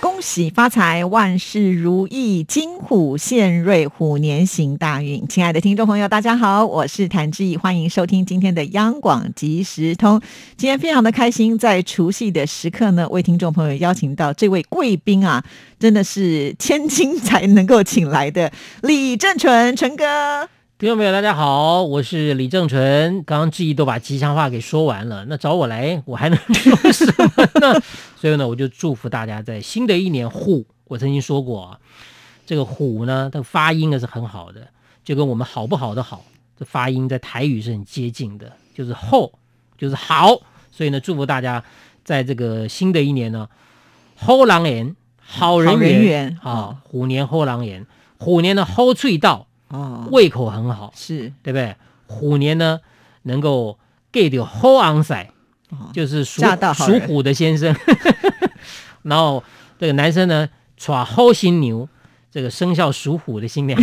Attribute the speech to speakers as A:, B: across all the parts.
A: 恭喜发财，万事如意，金虎献瑞，虎年行大运。亲爱的听众朋友，大家好，我是谭志毅，欢迎收听今天的央广即时通。今天非常的开心，在除夕的时刻呢，为听众朋友邀请到这位贵宾啊，真的是千金才能够请来的李正淳淳 哥。
B: 听众朋友，大家好，我是李正淳。刚刚志毅都把吉祥话给说完了，那找我来，我还能说什么呢？所以呢，我就祝福大家在新的一年虎。我曾经说过啊，这个虎呢，它发音呢是很好的，就跟我们好不好的好，这发音在台语是很接近的，就是后，就是好。所以呢，祝福大家在这个新的一年呢，后狼年好人
A: 好人
B: 缘
A: 缘
B: 啊、虎年后狼年，虎年的后脆道。
A: 哦，
B: 胃口很好，
A: 是
B: 对不对？虎年呢，能够 get 到好昂塞，
A: 哦，
B: 就是属
A: 嫁到好
B: 属
A: 人
B: 虎的先生。 然后这个男生呢，娶好新牛，这个生肖属虎的新娘。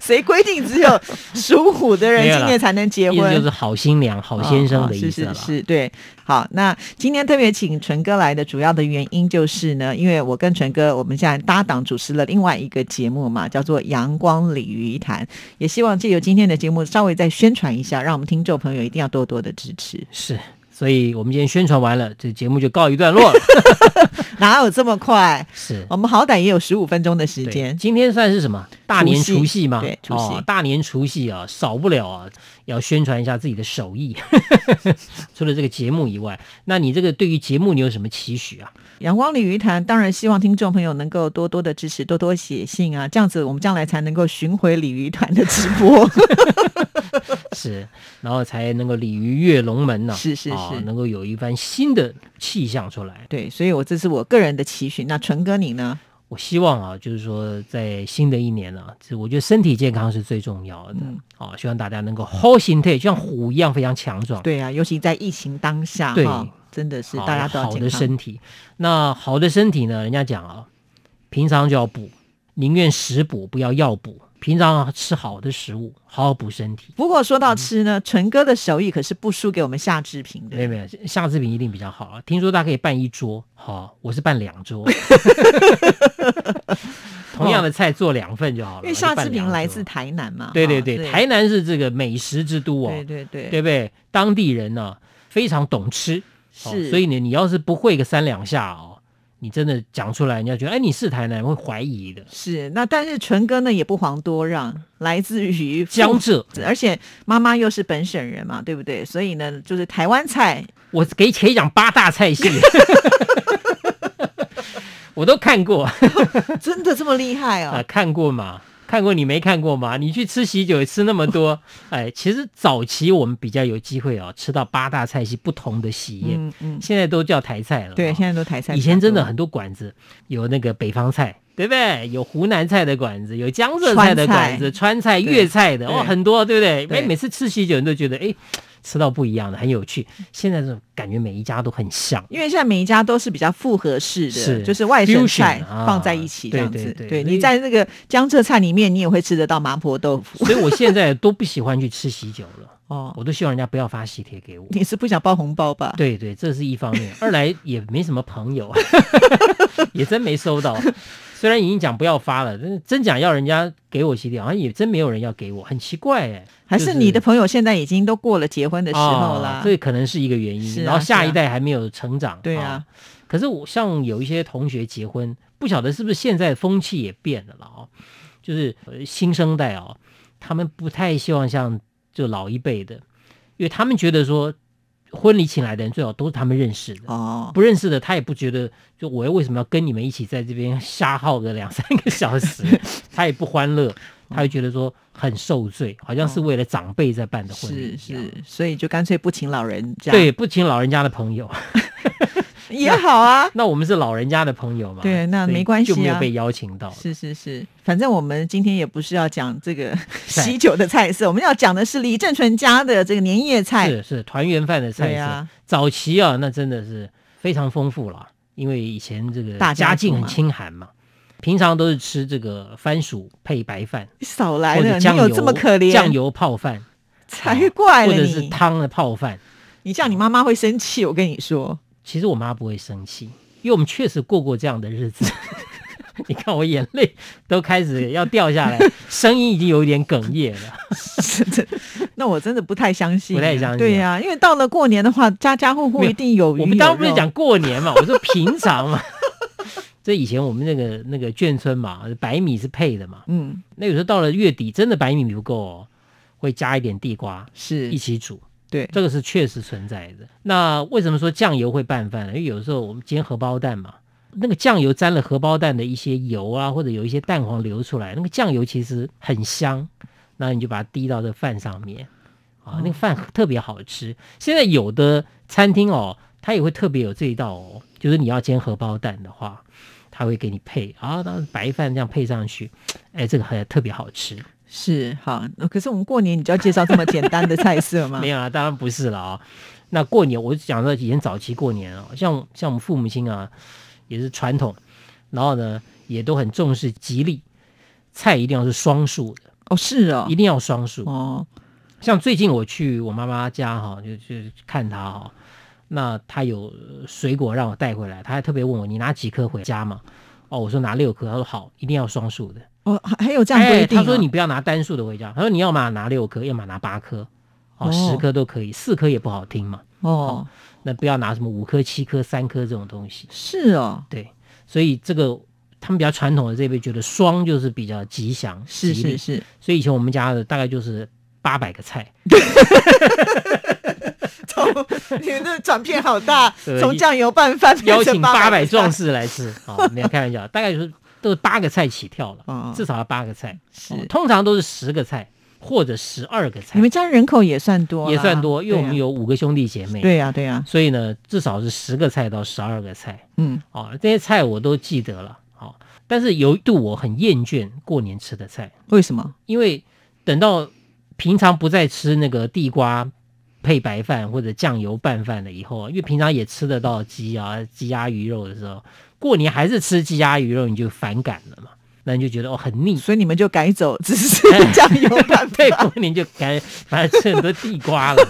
A: 谁规定只有属虎的人
B: 没有
A: 今
B: 啦
A: 年才能 结
B: 意
A: 婚
B: 思？就是好新娘、好先生的意思了。
A: 哦哦是是是，对。好，那今天特别请淳哥来的主要的原因就是呢，因为我跟淳哥我们现在搭档主持了另外一个节目嘛，叫做《阳光鲤鱼谈》，也希望借由今天的节目稍微再宣传一下，让我们听众朋友一定要多多的支持。
B: 是所以我们今天宣传完了，这节目就告一段落了。
A: 哪有这么快？
B: 是。
A: 我们好歹也有十五分钟的时
B: 对
A: 间。
B: 今天算是什么？大年
A: 除夕
B: 除夕嘛，
A: 对除夕
B: 哦，大年除夕啊，少不了啊，要宣传一下自己的 手艺。除了这个节目以外，那你这个对于节目你有什么期许啊？
A: 阳光鲤鱼潭当然希望听众朋友能够多多的支持，多多写信啊，这样子我们将来才能够巡回鲤鱼团的直 播。
B: 是，然后才能够鲤鱼跃龙门呢、
A: 是是
B: 哦
A: 是
B: 能够有一番新的气象出来。
A: 对，所以我这是我个人的期许。那淳哥你呢？
B: 我希望啊，就是说在新的一年啊，这我觉得身体健康是最重要的。
A: 嗯
B: 哦，希望大家能够好心态，就像虎一样非常强壮。
A: 对啊，尤其在疫情当下，
B: 对
A: 哈真的是
B: 好
A: 大家都要
B: 好
A: 健
B: 的
A: 康。
B: 身体。那好的身体呢，人家讲啊，平常就要补，宁愿食补不要药补。平常吃好的食物，好好补身体。
A: 不过说到吃
B: 嗯
A: 呢，淳哥的手艺可是不输给我们夏志平
B: 没
A: 的。
B: 有没有，夏志平一定比较好啊。听说他可以办一桌，好、我是办两 桌。 同样的菜做两份就好了。
A: 因为
B: 我就
A: 夏
B: 办
A: 志平
B: 两桌
A: 来自台南嘛，
B: 对对
A: 哈
B: 对，台南是这个美食之都哦，
A: 对对对
B: 对不对？当地人呢、非常懂吃，哦
A: 是，
B: 所以呢，你要是不会个三两下哦，你真的讲出来，人家觉得哎，你是台南人会怀疑的。
A: 是那但是淳哥呢也不遑多让，来自于父
B: 江 浙，
A: 而且妈妈又是本省人嘛，对不对？所以呢，就是台湾菜
B: 我给可以讲八大菜系， 我都看过啊、
A: 真的这么厉害哦。
B: 看过嘛，看过你没看过嘛？你去吃喜酒也吃那么 多，哎，其实早期我们比较有机会哦，吃到八大菜系不同的喜宴，
A: 嗯嗯，
B: 现在都叫台菜了、
A: 对，
B: 哦
A: 现在都台菜比较多。
B: 以前真的很多馆子有那个北方菜，对不对？有湖南菜的馆子，有江浙菜的馆子，川菜、
A: 对
B: 粤菜的，哦，
A: 对
B: 很多，对不对？
A: 对
B: 每每次吃喜酒，人都觉得哎，吃到不一样的，很有趣。现在这种感觉每一家都很 像。
A: 因为现在每一家都是比较复合式的，
B: 是
A: 就是外省
B: fusion
A: 菜
B: 啊
A: 放在一起这样子。
B: 对对对
A: 你在那个江浙菜里面，你也会吃得到麻婆豆腐
B: 所以我现在都不喜欢去吃喜酒了，
A: 哦。
B: 我都希望人家不要发喜帖 给我。
A: 你是不想包红包吧？
B: 对对，这是一方 面，二来也没什么朋友，也真没收到。虽然已经讲不要发了，但是真讲要人家给我喜帖，好像也真没有人要给我，很奇怪哎。
A: 还是你
B: 就是
A: 的朋友现在已经都过了结婚的时候啦
B: 啊？这可能是一个原因。
A: 是啊
B: 然后下
A: 是啊
B: 一代还没有成长，
A: 对啊
B: 可是我像有一些同学结婚，不晓得是不是现在风气也变了啦哦，就是呃新生代哦，他们不太希望像就老一辈的，因为他们觉得说婚礼请来的人最好都是他们认识的。
A: 哦，
B: 不认识的，他也不觉得，就我为什么要跟你们一起在这边瞎耗个两三个 小时，他也不欢乐，他
A: 嗯
B: 会觉得说很受罪，好像是为了长辈在办的婚礼
A: 哦是
B: 一样。
A: 是，所以就干脆不请老人家。
B: 对，不请老人家的朋友，
A: 也好啊。
B: 那我们是老人家的朋友嘛，
A: 对那
B: 所以
A: 没关系啊
B: 就没有被邀请到。
A: 是是是，反正我们今天也不是要讲这个
B: 菜
A: 喜酒的菜色，我们要讲的是李正淳家的这个年夜菜。
B: 是是团圆饭的菜
A: 对
B: 色，
A: 啊
B: 早期啊，那真的是非常丰富了，因为以前这个
A: 大家
B: 家境
A: 族
B: 很
A: 嘛
B: 清寒嘛，平常都是吃这个番薯配白饭，
A: 少来
B: 或
A: 了，
B: 者
A: 你
B: 酱
A: 有
B: 油
A: 这么可怜？
B: 酱油泡饭，
A: 才怪
B: 或
A: 了
B: 者是
A: 你！
B: 汤的泡饭。
A: 你这样你妈妈会生气，我跟你说。
B: 其实我妈不会生气，因为我们确实过过这样的日子。 你看我眼泪都开始要掉 下来，声音已经有一点哽咽了。
A: 那我真的不太相信啊，
B: 不太相信啊
A: 对呀、因为到了过年的话，家家户户
B: 没有
A: 一定有鱼
B: 我们当然不是
A: 有肉
B: 讲过年嘛，我说平常嘛。 这以前我们那个那个眷村嘛，白米是配的嘛。
A: 嗯，
B: 那有时候到了月底，真的白米不够哦，会加一点地瓜
A: 是
B: 一起煮，
A: 对，
B: 这个是确实存在的。那为什么说酱油会拌饭呢？因为有时候我们煎荷包蛋嘛，那个酱油沾了荷包蛋的一些油啊，或者有一些蛋黄流出来，那个酱油其实很香，那你就把它滴到这个饭上面啊，
A: 哦
B: 那个饭特别好吃。现在有的餐厅哦，它也会特别有这一道哦，就是你要煎荷包蛋的话。它会给你配啊，那白饭这样配上去，哎，这个还特别好吃。
A: 是好。可是我们过年你就要介绍这么简单的菜色吗
B: 没？有啊，当然不是了啊、那过年，我讲到以前早期过年啊、像像我们父母亲啊，也是传统，然后呢也都很重视吉利，菜一定要是双数的，
A: 哦，是哦
B: 一，定要双数。
A: 哦，
B: 像最近我去我妈妈家哈、就去看她哈、那她有呃水果让我带回来，她还特别问我你拿几颗回家嘛？哦，我说拿六颗，她说好，一定要双数的。
A: 哦，还还有这样规定、
B: 哎。
A: 啊
B: 他说你不要拿单数的回家，他说你要嘛拿六颗，要么拿八颗，
A: 哦
B: 哦，十颗都可以，四颗也不好听嘛。
A: 哦，
B: 那不要拿什么五颗、七颗、三颗这种东西。
A: 是哦，
B: 对，所以这个他们比较传统的这一辈觉得双就是比较吉祥、
A: 是
B: 吉利
A: 是是，
B: 所以以前我们家的大概就是八百个菜，
A: 从你们的转变好大，
B: 对
A: 从酱油拌饭
B: 邀请八
A: 八
B: 百壮
A: 壮士，
B: 士来吃。好，没有开玩笑，大概就是都是八个菜起跳了，
A: 哦
B: 至少要八个菜，
A: 是
B: 哦通常都是十个菜或者十二个菜
A: 你，们家人口也算多啦，
B: 也算多，因为我们
A: 有
B: 有五个兄弟姐妹。
A: 对呀对呀，
B: 所以呢，至少是十个菜到十二个菜
A: 嗯，
B: 哦，这些菜我都记得了哦。但是有一度我很厌倦过年吃的菜，
A: 为什么？
B: 因为等到平常不再吃那个地瓜配白饭或者酱油拌饭了以后，啊因为平常也吃得到鸡啊、鸡鸭鱼肉的时候，过年还是吃鸡鸭鱼肉，你就反感了嘛，那你就觉得哦很腻。
A: 所以你们就改走，只是
B: 哎
A: 酱油拌
B: 对，
A: 饭。
B: 过年就该反正吃很多地瓜了，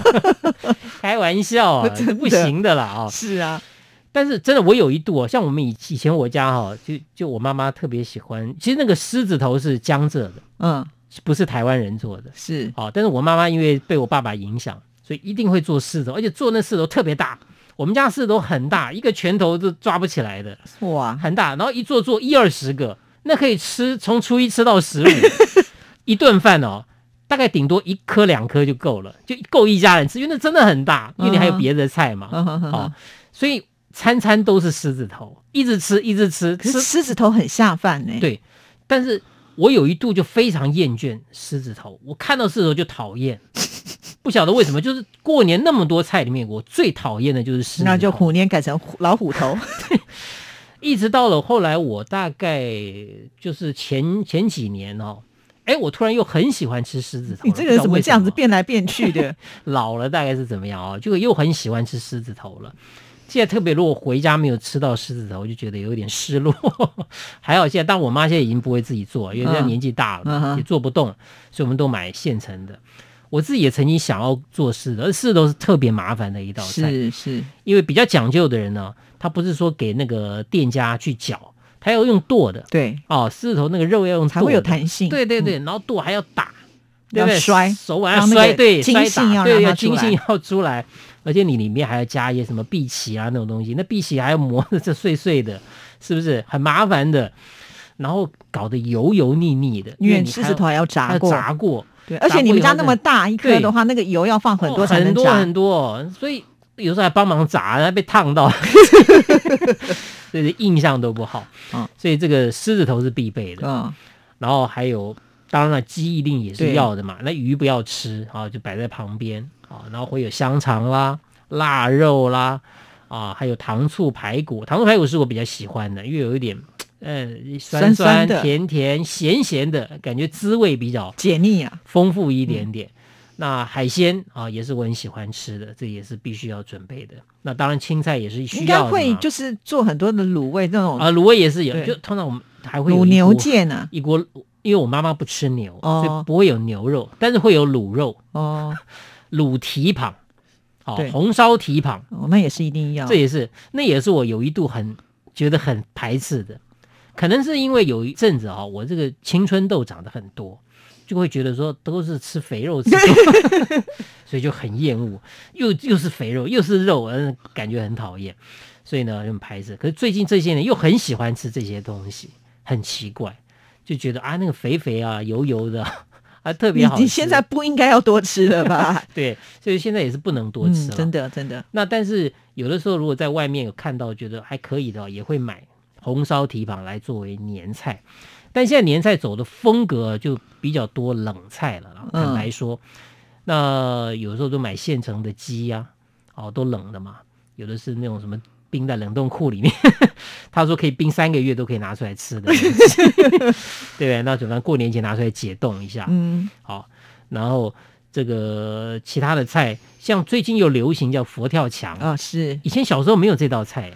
B: 开玩笑啊
A: 真的，
B: 不行的啦啊、
A: 是啊，
B: 但是真的，我有一度哦，像我们以以前我家哈、就就我妈妈特别喜欢，其实那个狮子头是江浙的，
A: 嗯，
B: 不是台湾人做的。
A: 是
B: 好、但是我妈妈因为被我爸爸影响，所以一定会做狮子头，而且做那狮子头特别大。我们家狮子头很大，一个拳头都抓不起来的，
A: 哇，
B: 很大。然后一做做一二十个，那可以吃从初一吃到十五，一顿饭哦，大概顶多一颗两颗就够了，就够一家人吃，因为那真的很大，因为你还有别的菜嘛。
A: 嗯哼哼
B: 哦
A: 哼，
B: 所以餐餐都是狮子头，一直吃，一直吃，
A: 可是
B: 吃
A: 狮子头很下饭呢、，
B: 对。但是我有一度就非常厌倦狮子头，我看到狮子头就 讨厌，不晓得为什么，就是过年那么多菜里面，我最讨厌的就是狮子头。
A: 那就虎年改成虎老虎 头。
B: 一直到了后来，我大概就是前前几年哦。哎，我突然又很喜欢吃狮子头了。
A: 你这个
B: 不知
A: 人
B: 道
A: 怎么
B: 为
A: 这样子
B: 什
A: 变来变去的？
B: 老了大概是怎么样啊、就又很喜欢吃狮子头了。现在特别如果回家没有吃到狮子头，就觉得有点失落。 还好现在，但我妈现在已经不会自己做，因为她
A: 嗯
B: 年纪大了，
A: 嗯哼
B: 也做不动，所以我们都买现成的。我自己也曾经想要做狮子头，而狮子头是特别麻烦的一道菜，
A: 是是，
B: 因为比较讲究的人呢，他不是说给那个店家去搅，他要用剁的
A: 对，
B: 哦，狮子头那个肉要用
A: 才会有
B: 弹。
A: 弹性。
B: 对对对，然后剁还要打，对
A: 要
B: 不对？
A: 摔
B: 手腕要
A: 让那个
B: 摔，对，
A: 筋
B: 摔
A: 性
B: 打
A: 要让
B: 对，
A: 它
B: 要
A: 出
B: 筋性
A: 来
B: 要出来，而且你里面还要加一些什么碧琪啊那种东西，那碧琪还要磨的这碎碎的，是不是很麻烦的？然后搞得油油腻腻的，
A: 因为
B: 你
A: 狮
B: 还
A: 子头还要
B: 要还
A: 炸
B: 要
A: 过，
B: 炸过，
A: 对，而且你们家那么大一颗
B: 对
A: 的话，那个油要放很多
B: 哦
A: 才能
B: 很
A: 炸。
B: 多很多，所以有时候还帮忙炸，然后被 烫到，所以印象都不好。
A: 嗯
B: 所以这个狮子头是必备的。
A: 嗯，
B: 然后还有，当然了，鸡一定也
A: 对
B: 是要的嘛。那鱼不要吃啊，就摆在旁边啊。然后会有香肠啦、腊肉啦，啊，还有糖醋排骨。糖醋排骨是我比较喜欢的，因为有一点，呃，
A: 酸酸
B: 酸酸
A: 的
B: 甜甜、咸咸的感觉，滋味比较
A: 解腻啊，
B: 丰富一点
A: 嗯
B: 点。那海鲜啊，也是我很喜欢吃的，这也是必须要准备的。那当然，青菜也是需
A: 应
B: 要
A: 该
B: 的嘛。
A: 会就是做很多的卤味那种
B: 啊，卤味也是有，
A: 对
B: 就通常我们还会有
A: 卤
B: 一
A: 牛
B: 锅
A: 腱啊呢、
B: 一锅，因为我妈妈不吃牛，
A: 哦
B: 所以不会有牛肉，但是会有卤肉、
A: 哦，
B: 卤蹄膀，哦
A: 对，
B: 红烧蹄膀，
A: 哦，那也是一定要
B: 这也是那也是我有一度很觉得很排斥的，可能是因为有一阵子啊、我这个青春痘长得很多，就会觉得说都是吃肥肉 吃多，所以就很厌恶，又又是肥肉又是肉，嗯，感觉很讨厌，所以呢就很排斥。可是最近这些年又很喜欢吃这些东西，很奇怪，就觉得啊那个肥肥啊油油的啊特别
A: 你
B: 好吃。
A: 你现在不应该要多吃了吧？
B: 对，所以现在也是不能 多吃
A: 嗯，
B: 了、
A: 真的真的，
B: 那但是有的时候，如果在外面有看到觉得还可以的，也会买红烧蹄膀来作为年菜。但现在年菜走的风格就比较多冷菜了啦。
A: 嗯
B: 坦白说，那有时候都买现成的鸡呀、哦，都冷的嘛。有的是那种什么冰在冷冻库里面， 他说可以冰三个月都可以拿出来吃的那种鸡， 对不对？那怎么样过年前拿出来解冻一下？
A: 嗯，
B: 好，然后这个其他的菜，像最近又流行叫佛跳墙，
A: 啊、是
B: 以前小时候没有这道菜，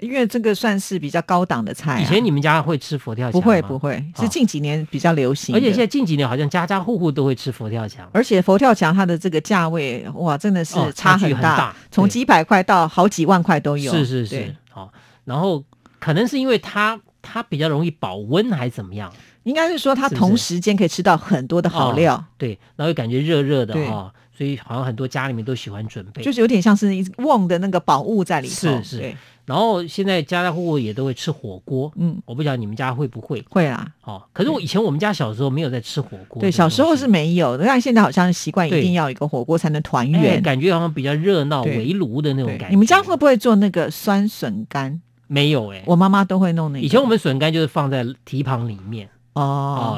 A: 因为这个算是比较高档的菜啊、
B: 以前你们家会吃佛跳
A: 不
B: 墙吗
A: 会不，会，是
B: 哦
A: 近几年比较流行的，
B: 而且现在近几年好像家家户户都会吃佛跳墙，
A: 而且佛跳墙它的这个价位哇，真的是
B: 哦
A: 差
B: 差距
A: 很
B: 很大
A: 从
B: 对
A: 几百块到好几万块都有，
B: 是是
A: 对
B: 是，，好，然后可能是因为它它比较容易保温还是怎么样，
A: 应该是说它
B: 是不
A: 同
B: 是
A: 时间可以吃到很多的好
B: 哦
A: 料。
B: 对，然后又感觉热热的
A: 对
B: 哈、所以好像很多家里面都喜欢准备，
A: 就是有点像是一瓮的那个宝物在里头，
B: 是是
A: 对，
B: 然后现在家家户户也都会吃火锅，
A: 嗯，
B: 我不晓得你们家会不会。
A: 会啦，
B: 哦，可是我以前我们家小时候没有在吃火锅这个东西，
A: 对，小时候是没有的，但现在好像习惯一
B: 对
A: 定要有一个火锅才能团
B: 哎，
A: 圆。
B: 感觉好像比较热闹、
A: 对
B: 围炉的那种
A: 对
B: 感觉。
A: 你们家会不会做那个酸笋干？
B: 没有、哎，
A: 我妈妈都会弄那个。
B: 以前我们笋干就是放在蹄膀里面啊、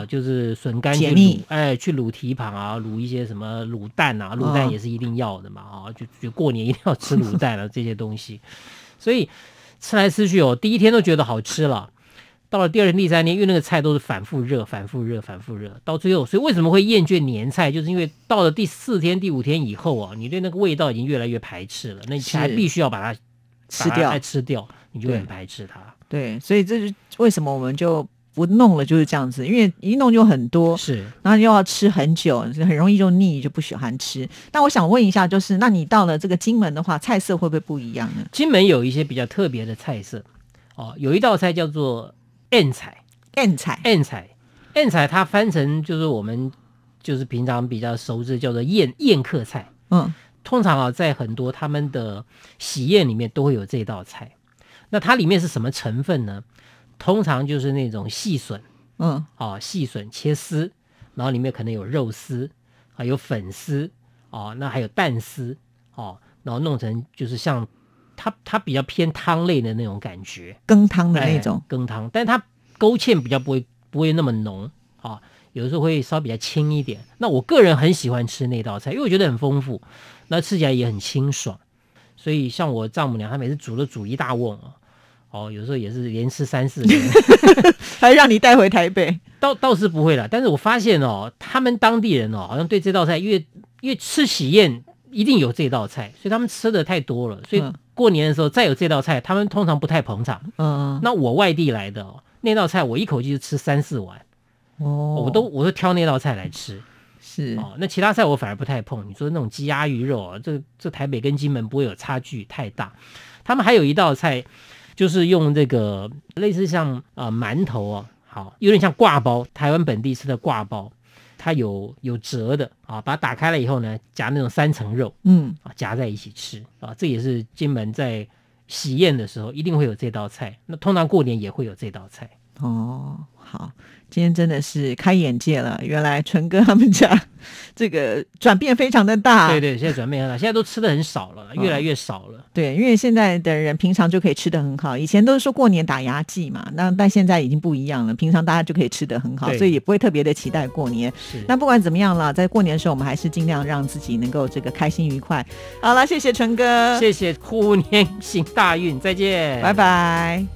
A: 哦，
B: 就是笋干
A: 解
B: 去
A: 腻
B: 卤，哎，去卤蹄膀啊，卤一些什么卤蛋啊，卤
A: 哦
B: 蛋也是一定要的嘛，啊、就就过年一定要吃 卤蛋啊这些东西，所以吃来吃去哦，第一天都觉得好吃了。到了第二天、第三天，因为那个菜都是反复热、反复热、反复热，到最后，所以为什么会厌倦年菜，就是因为到了第四天、第五天以后啊，你对那个味道已经越来越排斥了，那你
A: 是
B: 还必须要把它
A: 吃
B: 把它
A: 掉
B: 再，吃掉，你就会
A: 对
B: 很排斥它。
A: 对，所以这是为什么我们就不弄了，就是这样子，因为一弄就很多，
B: 是，
A: 然后又要吃很久，很容易就腻，就不喜欢吃。那我想问一下，就是那你到了这个金门的话，菜色会不会不一样呢
B: 金门有一些比较特别的菜色，哦，有一道菜叫做 N 菜
A: ？N 菜
B: ，N 菜，N 菜它翻成就是我们就是平常比较熟知叫做宴宴客菜，
A: 嗯，
B: 通常啊在很多他们的喜宴里面都会有这道菜。那它里面是什么成分呢？通常就是那种细笋
A: 嗯
B: 啊、哦，细笋切丝，然后里面可能有肉丝啊，有粉丝哦，那还有蛋丝哦，然后弄成就是像它它比较偏汤类的那种感觉
A: 羹汤的那
B: 哎
A: 种，
B: 羹汤，但它勾芡比较不会不会那么浓啊、有的时候会稍微比较轻一点。那我个人很喜欢吃那道菜，因为我觉得很丰富，那吃起来也很清爽。所以像我丈母娘，她每次煮都煮一大瓮啊，哦，有时候也是连吃三四个。哎
A: 还让你带回台北。
B: 倒倒是不会啦，但是我发现哦，他们当地人哦，好像对这道菜，因为因为吃喜宴一定有这道菜，所以他们吃的太多了，所以
A: 嗯
B: 过年的时候再有这道菜，他们通常不太捧场。
A: 嗯，
B: 那我外地来的哦，那道菜我一口气就吃三四碗，
A: 哦
B: 我都我都挑那道菜来吃
A: 是
B: 哦。那其他菜我反而不太碰。你说那种鸡鸭鱼肉啊，这这台北跟金门不会有差距太大。他们还有一道菜，就是用这个类似像啊、呃馒头哦，好，有点像挂包，台湾本地吃的挂包，它有有折的啊，把它打开了以后呢，夹那种三层肉
A: 嗯，
B: 啊，夹在一起吃啊，这也是金门在喜宴的时候一定会有这道菜，那通常过年也会有这道菜。
A: 哦，好，今天真的是开眼界了。原来纯哥他们家这个转变非常的大，
B: 对对，现在转变很大，现在都吃的很少了，越来越少了。
A: 对因为现在的人平常就可以吃的很好，以前都是说过年打牙祭嘛，那但现在已经不一样了，平常大家就可以吃的很好，
B: 对
A: 所以也不会特别的期待过年。
B: 是，
A: 那不管怎么样了，在过年的时候，我们还是尽量让自己能够这个开心愉快。好了，谢谢纯哥，
B: 谢谢，虎年行大运，再见，
A: 拜。拜。